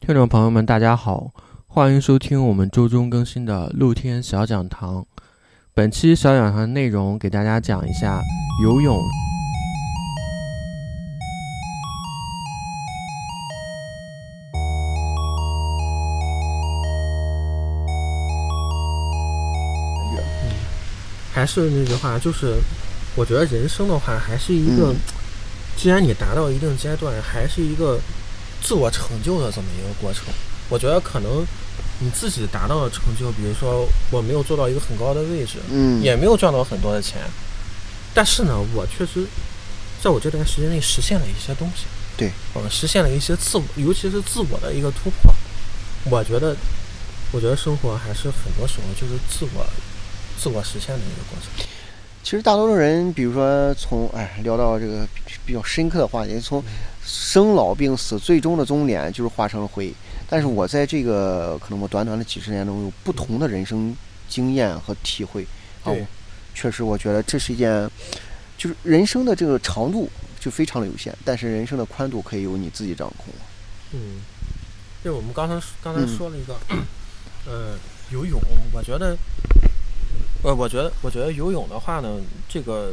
听众朋友们，大家好，欢迎收听我们周中更新的露天小讲堂。本期小讲堂内容给大家讲一下游泳。还是那句话，就是我觉得人生的话，还是一个，嗯既然你达到一定阶段，还是一个自我成就的这么一个过程。我觉得可能你自己达到的成就，比如说我没有做到一个很高的位置，嗯也没有赚到很多的钱，但是呢，我确实在我这段时间内实现了一些东西。对，嗯，实现了一些自我，尤其是自我的一个突破。我觉得，我觉得生活还是很多时候就是自我、自我实现的一个过程。其实大多数人，比如说从哎聊到这个比比较深刻的话题，从生老病死最终的终点就是化成了灰。但是我在这个可能我短短的几十年中，有不同的人生经验和体会哦啊对，确实我觉得这是一件，就是人生的这个长度就非常的有限，但是人生的宽度可以由你自己掌控。嗯，对，我们刚才刚才嗯说了一个，呃，游泳，我觉得，呃，我觉得，我觉得游泳的话呢，这个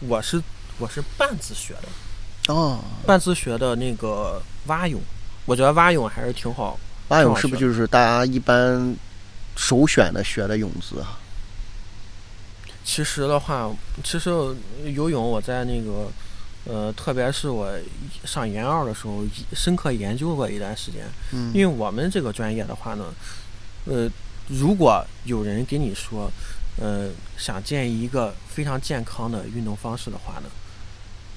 我是我是半自学的，哦，半自学的那个蛙泳，我觉得蛙泳还是挺好。蛙泳是不是就是大家一般首选的学的泳姿啊？其实的话，其实游泳我在那个，呃，特别是我上研二的时候，深刻研究过一段时间。嗯因为我们这个专业的话呢，呃，如果有人给你说，呃，想建议一个非常健康的运动方式的话呢，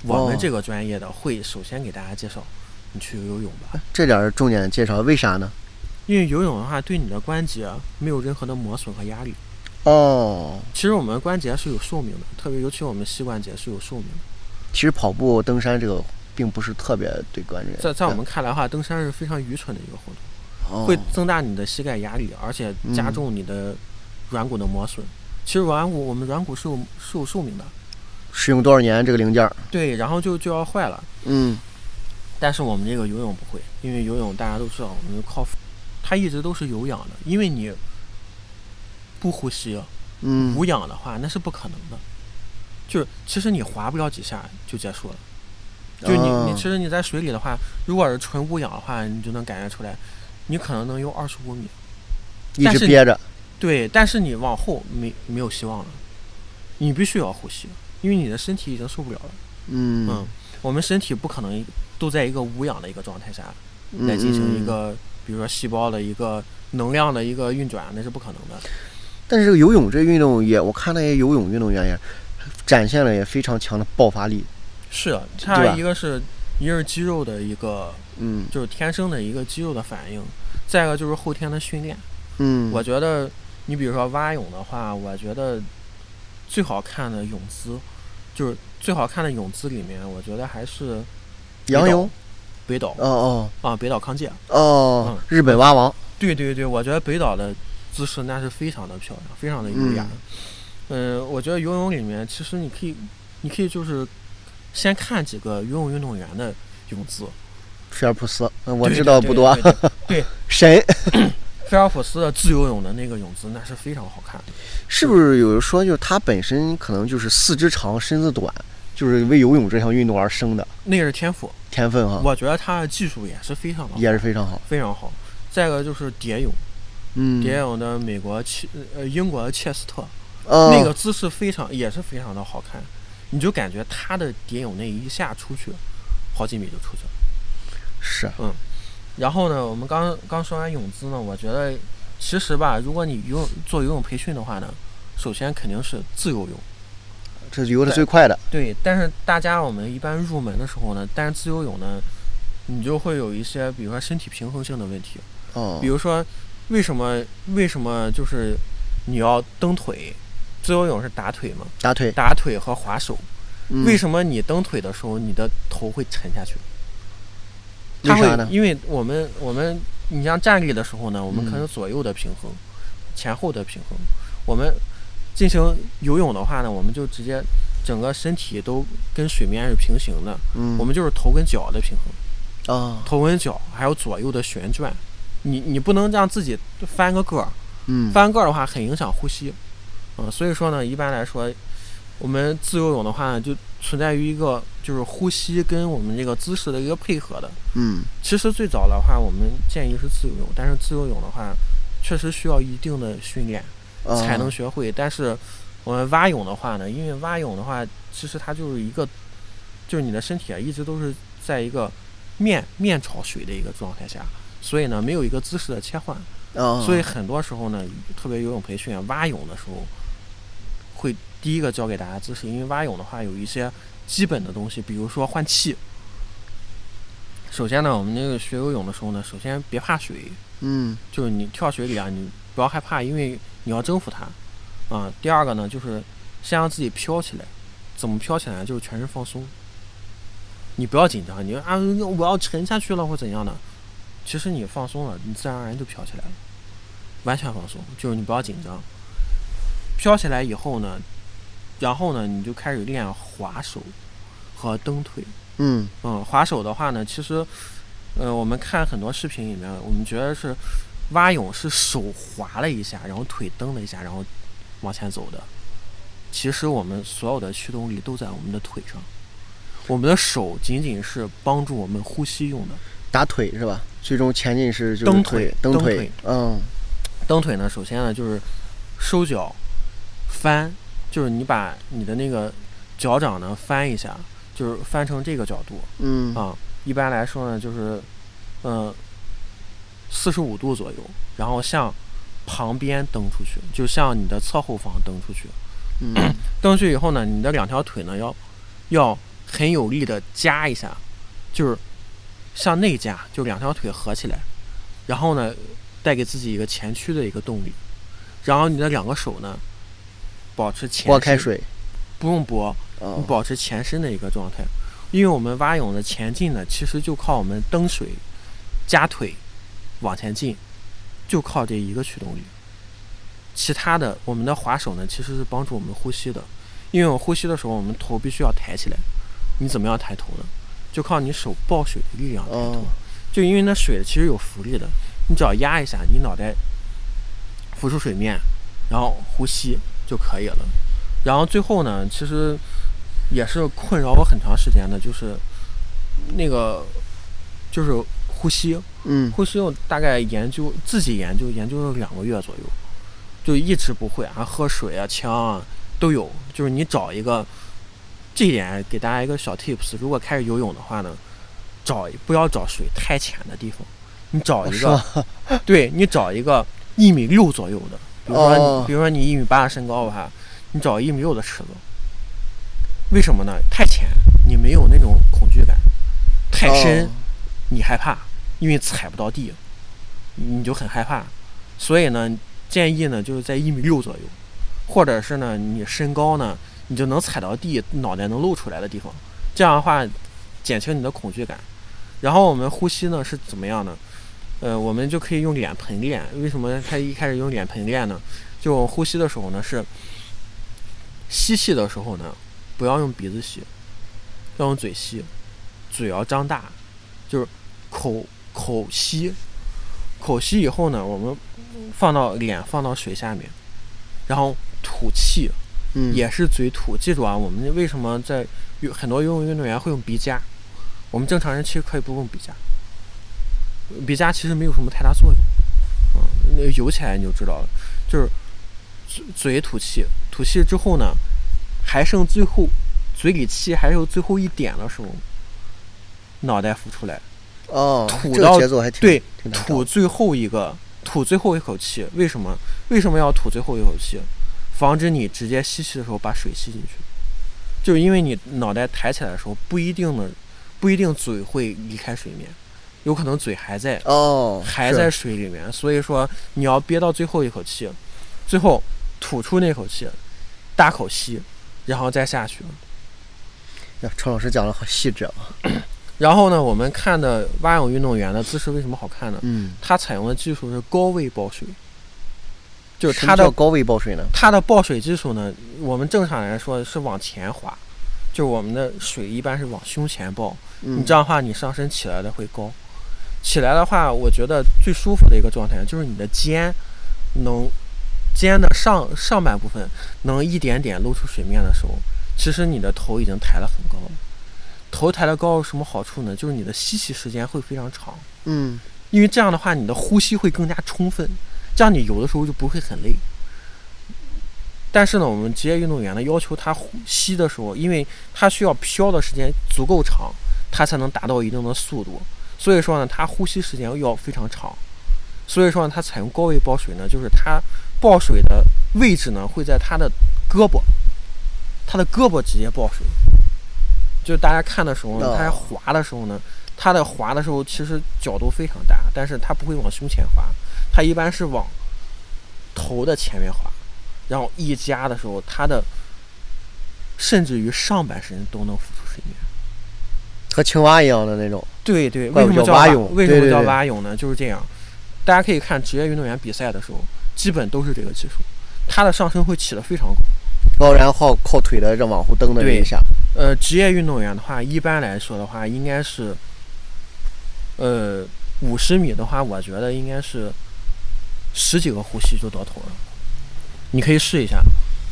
我们哦这个专业的会首先给大家介绍你去游泳吧，这点儿重点介绍，为啥呢？因为游泳的话对你的关节啊没有任何的磨损和压力。哦，其实我们关节是有寿命的，特别尤其我们膝关节是有寿命的。其实跑步、登山这个并不是特别对关节，在在我们看来的话，登山是非常愚蠢的一个活动，哦会增大你的膝盖压力，而且加重你的软骨的磨损。其实软骨，我们软骨是有是有寿命的，使用多少年这个零件儿，对，然后就就要坏了。嗯，但是我们这个游泳不会，因为游泳大家都知道，我们靠，它一直都是有氧的，因为你不呼吸嗯无氧的话，那是不可能的。就是其实你划不了几下就结束了，就你、你啊其实你在水里的话，如果是纯无氧的话，你就能感觉出来，你可能能游二十五米。一但是直憋着，对，但是你往后没没有希望了，你必须要呼吸，因为你的身体已经受不了了。嗯嗯，我们身体不可能都在一个无氧的一个状态下嗯来进行嗯一个，比如说细胞的一个能量的一个运转，那是不可能的。但是这个游泳这个运动也，我看那些游泳运动员也展现了也非常强的爆发力，是啊，对它吧一个是一个是肌肉的一个，嗯就是天生的一个肌肉的反应，再一个就是后天的训练。嗯，我觉得你比如说蛙泳的话，我觉得最好看的泳姿，就是最好看的泳姿里面，我觉得还是仰泳，北岛哦哦啊，北岛康介。哦，嗯日本蛙王，对对对，我觉得北岛的姿势那是非常的漂亮，非常的优雅。嗯、呃，我觉得游泳里面其实你可以，你可以就是先看几个游泳运动员的泳姿。菲尔普斯，嗯我对知道不多，。对对对 神菲尔普斯的自由泳的那个泳姿那是非常好看的。是不是有人说就是他本身可能就是四肢长身子短，就是为游泳这项运动而生的那个是天赋，天分哈，我觉得他的技术哦也是非常的好，也是非常好，非常好。再一个就是蝶泳，嗯，蝶泳的美国切呃英国的切斯特，哦那个姿势非常也是非常的好看，你就感觉他的蝶泳那一下出去，好几米就出去了。是然后呢，我们刚刚说完泳姿呢，我觉得其实吧，如果你游泳做游泳培训的话呢，首先肯定是自由泳。这是游的最快的，对，但是大家我们一般入门的时候呢，但是自由泳呢，你就会有一些，比如说身体平衡性的问题，哦，嗯比如说为什么为什么就是你要蹬腿，自由泳是打腿嘛，打腿，打腿和划手，嗯为什么你蹬腿的时候你的头会沉下去？它为会啥呢？因为我们我们你像站立的时候呢，我们可嗯能左右的平衡，前后的平衡。我们进行游泳的话呢，我们就直接整个身体都跟水面是平行的，嗯，我们就是头跟脚的平衡。啊，头跟脚，还有左右的旋转。你你不能让自己翻个个儿，嗯，翻个儿的话很影响呼吸。嗯，所以说呢，一般来说，我们自由泳的话呢，就存在于一个就是呼吸跟我们这个姿势的一个配合的。嗯其实最早的话，我们建议是自由泳，但是自由泳的话，确实需要一定的训练啊才能学会。但是我们蛙泳的话呢，因为蛙泳的话，其实它就是一个，就是你的身体啊，一直都是在一个面面朝水的一个状态下，所以呢，没有一个姿势的切换，啊，所以很多时候呢，特别游泳培训啊蛙泳的时候，会第一个教给大家姿势，因为蛙泳的话有一些基本的东西，比如说换气。首先呢，我们那个学游泳的时候呢，首先别怕水，嗯就是你跳水里啊，你不要害怕，因为你要征服它。啊、第二个呢，就是先让自己飘起来。怎么飘起来？就是全身放松。你不要紧张，你啊，我要沉下去了或怎样的。其实你放松了，你自然而然就飘起来了，完全放松，就是你不要紧张。飘起来以后呢，然后呢，你就开始练划手和蹬腿。嗯嗯，划手的话呢，其实，呃，我们看很多视频里面，我们觉得是蛙泳是手划了一下，然后腿蹬了一下，然后往前走的。其实我们所有的驱动力都在我们的腿上，我们的手仅仅是帮助我们呼吸用的。打腿是吧？最终前进是就是蹬腿腿蹬蹬腿腿，嗯蹬腿呢，首先呢就是收脚翻，就是你把你的那个脚掌呢翻一下，就是翻成这个角度，嗯啊，一般来说呢，就是，嗯，四十五度左右，然后向旁边蹬出去，就向你的侧后方蹬出去。嗯蹬出去以后呢，你的两条腿呢要要很有力的夹一下，就是向内夹，就两条腿合起来，然后呢带给自己一个前屈的一个动力，然后你的两个手呢保持前拨开伸，水不用拨，啊你保持前伸的一个状态，因为我们蛙泳的前进呢，其实就靠我们蹬水加腿往前进，就靠这一个驱动力。其他的，我们的划手呢，其实是帮助我们呼吸的，因为我们呼吸的时候，我们头必须要抬起来。你怎么样抬头呢？就靠你手抱水的力量抬头哦。就因为那水其实有浮力的，你只要压一下，你脑袋浮出水面，然后呼吸就可以了。然后最后呢，其实也是困扰我很长时间的，就是那个就是呼吸，嗯呼吸我大概研究自己研究研究了两个月左右，就一直不会啊，喝水啊、枪啊都有。就是你找一个，这一点给大家一个小 tips，如果开始游泳的话呢，找不要找水太浅的地方，你找一是个， 对你找一个一米六左右的，比如说你、哦比如说你一米八的身高吧，你找一米六的池子，为什么呢？太浅你没有那种恐惧感，太深。哦你害怕，因为踩不到地，你就很害怕。所以呢，建议呢就是在一米六左右，或者是呢你身高呢，你就能踩到地，脑袋能露出来的地方。这样的话，减轻你的恐惧感。然后我们呼吸呢是怎么样呢？呃，我们就可以用脸盆练。为什么他一开始用脸盆练呢？就我们呼吸的时候呢，是吸气的时候呢，不要用鼻子吸，要用嘴吸，嘴要张大，就是口口吸，口吸以后呢，我们放到脸放到水下面，然后吐气，嗯也是嘴吐。记住啊，我们为什么在有很多游泳运动员会用鼻夹？我们正常人其实可以不用鼻夹，鼻夹其实没有什么太大作用。嗯，那游起来你就知道了，就是嘴嘴吐气，吐气之后呢，还剩最后嘴里气还有最后一点的时候，脑袋浮出来，哦，吐这个到节奏还挺对，挺难吐搞最后一个，吐最后一口气。为什么？为什么要吐最后一口气？防止你直接吸气的时候把水吸进去，就是因为你脑袋抬起来的时候，不一定的，不一定嘴会离开水面，有可能嘴还在哦，还是在水里面，所以说你要憋到最后一口气，最后吐出那口气，大口吸，然后再下去。呀程老师讲的好细致啊，然后呢，我们看的蛙泳运动员的姿势为什么好看呢？嗯，它采用的技术是高位抱水，就是什么它叫的高位抱水呢，它的抱水技术呢，我们正常来说是往前滑，就我们的水一般是往胸前抱，嗯你这样的话你上身起来的会高。起来的话，我觉得最舒服的一个状态就是你的肩能肩的上上半部分能一点点露出水面的时候，其实你的头已经抬得很高了。头抬得高有什么好处呢？就是你的吸气时间会非常长。嗯因为这样的话，你的呼吸会更加充分，这样你游的时候就不会很累。但是呢，我们职业运动员呢要求他呼吸的时候，因为他需要飘的时间足够长，他才能达到一定的速度。所以说呢，他呼吸时间要非常长。所以说呢，他采用高位抱水呢，就是他抱水的位置呢会在他的胳膊，他的胳膊直接抱水。就是大家看的时候呢，哦他滑的时候呢，他的滑的时候其实角度非常大，但是他不会往胸前滑，他一般是往头的前面滑，然后一夹的时候，他的甚至于上半身都能浮出水面。和青蛙一样的那种。对对，怪为不什么叫叫蛙蛙泳为对什么对叫对蛙泳呢？就是这样，大家可以看职业运动员比赛的时候，基本都是这个技术，他的上身会起得非常高。高，然后靠腿的这往后蹬的那一下，呃，职业运动员的话，一般来说的话，应该是，呃，五十米的话，我觉得应该是十几个呼吸就到头了。你可以试一下，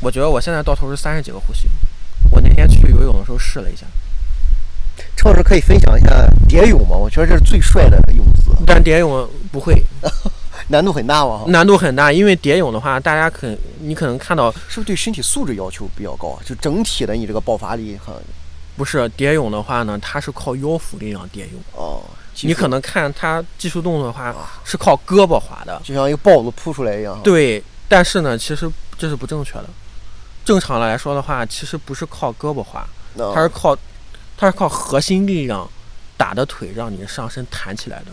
我觉得我现在到头是三十几个呼吸。我那天去游泳的时候试了一下，陈老师可以分享一下蝶泳吗？我觉得这是最帅的泳姿，但蝶泳不会，难度很大吗？难度很大，因为蝶泳的话，大家可你可能看到是不是对身体素质要求比较高啊？就整体的你这个爆发力很不是蝶泳的话呢，它是靠腰腹力量蝶泳。哦，技术你可能看它技术动作的话啊，是靠胳膊划的，就像一个豹子扑出来一样。，对，但是呢，其实这是不正确的。正常来说的话，其实不是靠胳膊划，那它是靠，它是靠核心力量打的腿，让你上身弹起来的。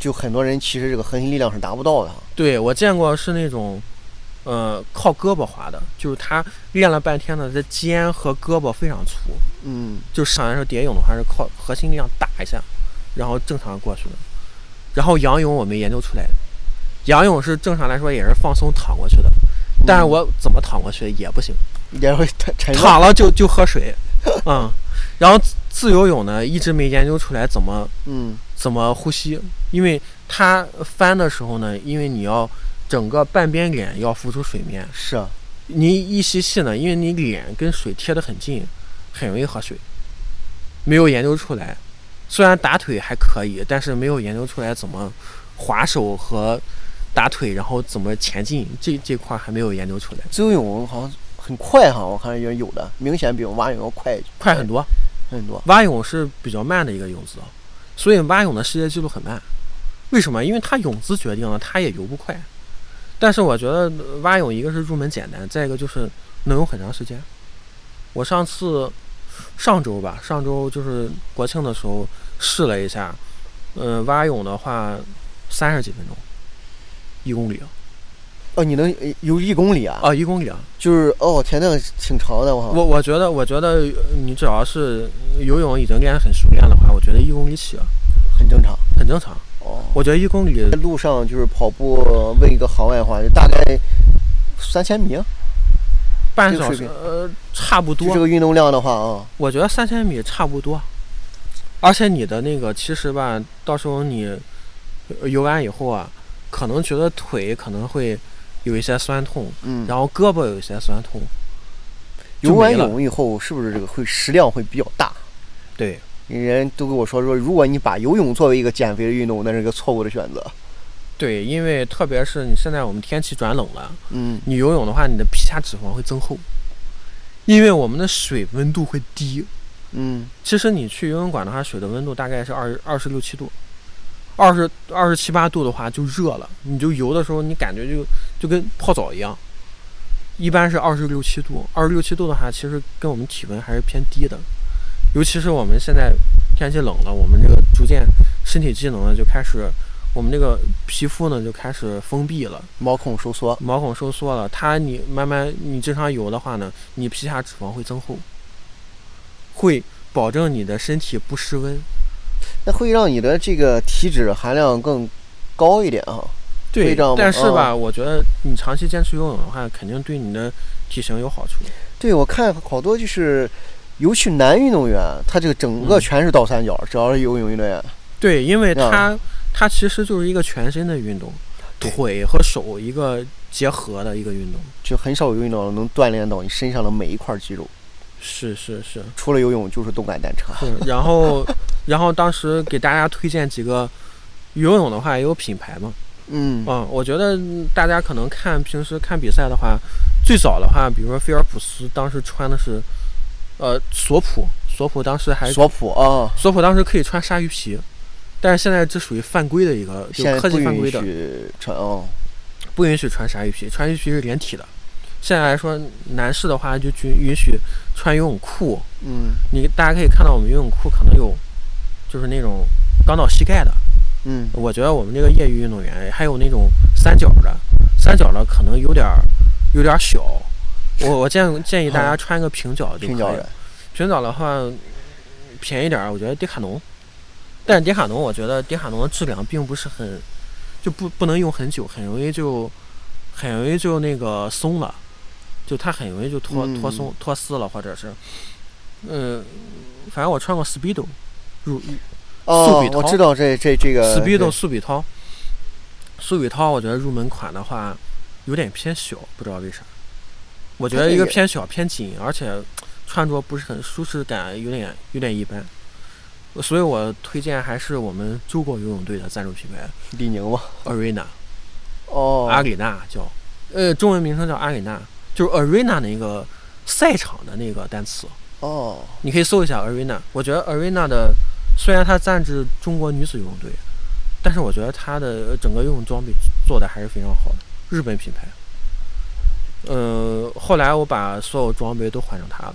就很多人其实这个核心力量是达不到的啊。对我见过是那种，呃，靠胳膊划的，就是他练了半天呢，这肩和胳膊非常粗，嗯，就上来时候蝶泳的话是靠核心力量打一下，然后正常过去的。然后仰泳我没研究出来，仰泳是正常来说也是放松躺过去的，但是我怎么躺过去也不行。嗯也会沉沉上躺了就就喝水，嗯，然后自自由泳呢一直没研究出来怎么嗯怎么呼吸，因为它翻的时候呢，因为你要整个半边脸要浮出水面，是啊你一吸气呢，因为你脸跟水贴得很近，很容易喝水，没有研究出来。虽然打腿还可以，但是没有研究出来怎么划手和打腿，然后怎么前进这这块儿还没有研究出来，自由泳好像很快哈，我看有有的明显比蛙泳要快快很多。很多。蛙泳是比较慢的一个泳姿，啊所以蛙泳的世界纪录很慢。为什么？因为它泳姿决定了它也游不快。但是我觉得呃蛙泳一个是入门简单，再一个就是能游很长时间。我上次上周吧，上周就是国庆的时候试了一下，嗯、蛙泳的话三十几分钟，一公里哦，你能呃游一公里啊？啊，一公里啊，就是哦，天，那个挺长的，我靠我我觉得，我觉得呃你只要是游泳已经练得很熟练的话，我觉得一公里起啊很正常。很正常。哦，我觉得一公里在路上就是跑步，问一个行外话，就大概三千米啊，半这个小水时，平呃，差不就这多。个运动量的话啊，我觉得三千米差不多。而且你的那个，其实吧，到时候你呃游完以后啊，可能觉得腿可能会有一些酸痛，嗯，然后胳膊有一些酸痛。就游完没了泳以后是不是这个会食量会比较大？对，人都跟我说说，如果你把游泳作为一个减肥的运动，那是一个错误的选择。对，因为特别是你现在我们天气转冷了，嗯，你游泳的话，你的皮下脂肪会增厚，因为我们的水温度会低。嗯，其实你去游泳馆的话，水的温度大概是二二十六七度，二十二十七八度的话就热了，你就游的时候你感觉就就跟泡澡一样。一般是二十六七度，二十六七度的话，其实跟我们体温还是偏低的，尤其是我们现在天气冷了，我们这个逐渐身体机能呢就开始，我们这个皮肤呢就开始封闭了，毛孔收缩，毛孔收缩了，它你慢慢你经常游的话呢，你皮下脂肪会增厚，会保证你的身体不失温。那会让你的这个体脂含量更高一点啊。会对这样吗，但是吧，我觉得你长期坚持游泳的话，肯定对你的体型有好处。对，我看好多就是尤其男运动员，他这个整嗯个全是倒三角，只要是游泳运动员，对，因为对啊它它其实就是一个全身的运动，对腿和手一个结合的一个运动。就很少有运动能锻炼到你身上的每一块肌肉。是是是，除了游泳就是动感单车。 对。然后然后当时给大家推荐几个游泳的话，也有品牌嘛。嗯，嗯，我觉得大家可能看平时看比赛的话，最早的话，比如说菲尔普斯当时穿的是，呃，索普，索普当时还索普啊，索普当时可以穿鲨鱼皮，但是现在这属于犯规的一个，就现在科不技犯规允的，许穿哦。不允许穿鲨鱼皮，鲨鱼皮是连体的。现在来说，男士的话就均允许穿游泳裤，嗯你大家可以看到我们游泳裤可能有，就是那种刚到膝盖的。嗯，我觉得我们这个业余运动员还有那种三角的，三角的可能有点儿有点儿小。我我建建议大家穿个平角就可以。嗯平角人，平角的话便宜点儿，我觉得迪卡侬。但是迪卡侬，我觉得迪卡侬的质量并不是很，就不不能用很久，很容易就很容易就那个松了，就它很容易就脱嗯脱松脱丝了，或者是，嗯，反正我穿过 Speedo，入哦速，比我涛知道这这这个 Speedo 呃对速比涛，速比涛，我觉得入门款的话有点偏小，不知道为啥。我觉它得这一个个偏小偏紧，而且穿着不是很舒适感，有点有点一般。所以我推荐还是我们中国游泳队的赞助品牌李宁嘛。 Arena，、哦，阿里纳叫，呃，中文名称叫阿里纳，就是 Arena 那个赛场的那个单词。哦，你可以搜一下 Arena。我觉得 Arena 的虽然它赞助中国女子游泳队，但是我觉得它的呃整个游泳装备做的还是非常好的，日本品牌。呃，后来我把所有装备都换成它了。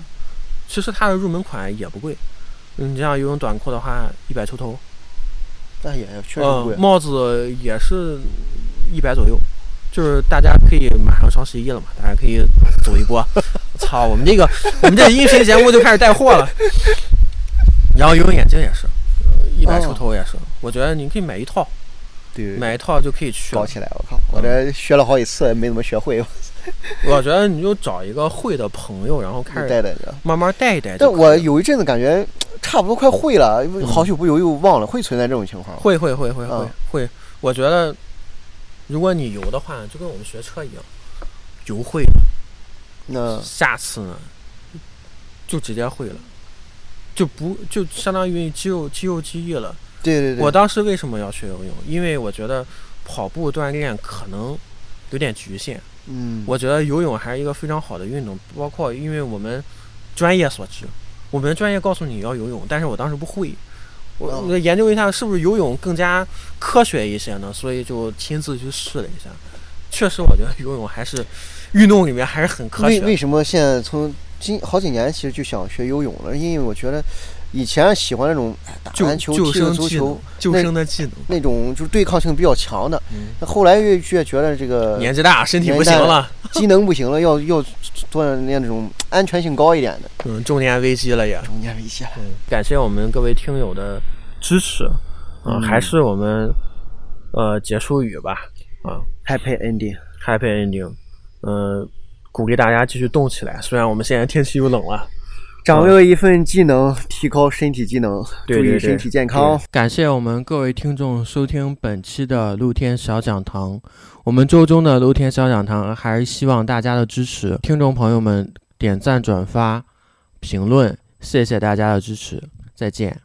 其实它的入门款也不贵，嗯你像游泳短裤的话，一百出头，那也确实贵嗯，。帽子也是一百左右。就是大家可以马上双十一了嘛，大家可以走一 波。操，我们这个我们这音频节目就开始带货了。然后游泳眼镜也是，一百哦出头也是。我觉得你可以买一套，对，买一套就可以去了搞。起来，我靠，我这学了好几次没怎么学会，我觉得你就找一个会的朋友，然后开始带带着。慢慢带一带但就我可以了。有一阵子感觉差不多快会了，好久不游又忘了，嗯会存在这种情况。会会会会会嗯会，我觉得如果你游的话，就跟我们学车一样，游会那下次呢，就直接会了，就不就相当于肌肉肌肉记忆了。对对对，我当时为什么要学游泳？因为我觉得跑步锻炼可能有点局限，嗯，我觉得游泳还是一个非常好的运动，包括因为我们专业所致，我们专业告诉你要游泳，但是我当时不会。我哦我研究一下是不是游泳更加科学一些呢？所以就亲自去试了一下，确实我觉得游泳还是运动里面还是很科为学的。为什么现在从今好几年其实就想学游泳了？因为我觉得以前喜欢那种哎打救篮球、救踢足生足技能球，救那生的技能。那种就是对抗性比较强的。嗯那后来越越觉得这个年纪大，身体年不纪行大了，机能不行了，要要锻炼那种安全性高一点的。嗯，中年危机了也。中间危险了，感谢我们各位听友的支持，啊，嗯还是我们呃结束语吧，啊，Happy Ending。 ，Happy Ending，嗯、鼓励大家继续动起来。虽然我们现在天气又冷了，掌握一份技能，提高身体技能，对注对意对身体健康。感谢我们各位听众收听本期的露天小讲堂。我们周中的露天小讲堂还是希望大家的支持，听众朋友们点赞、转发、评论，谢谢大家的支持，再见。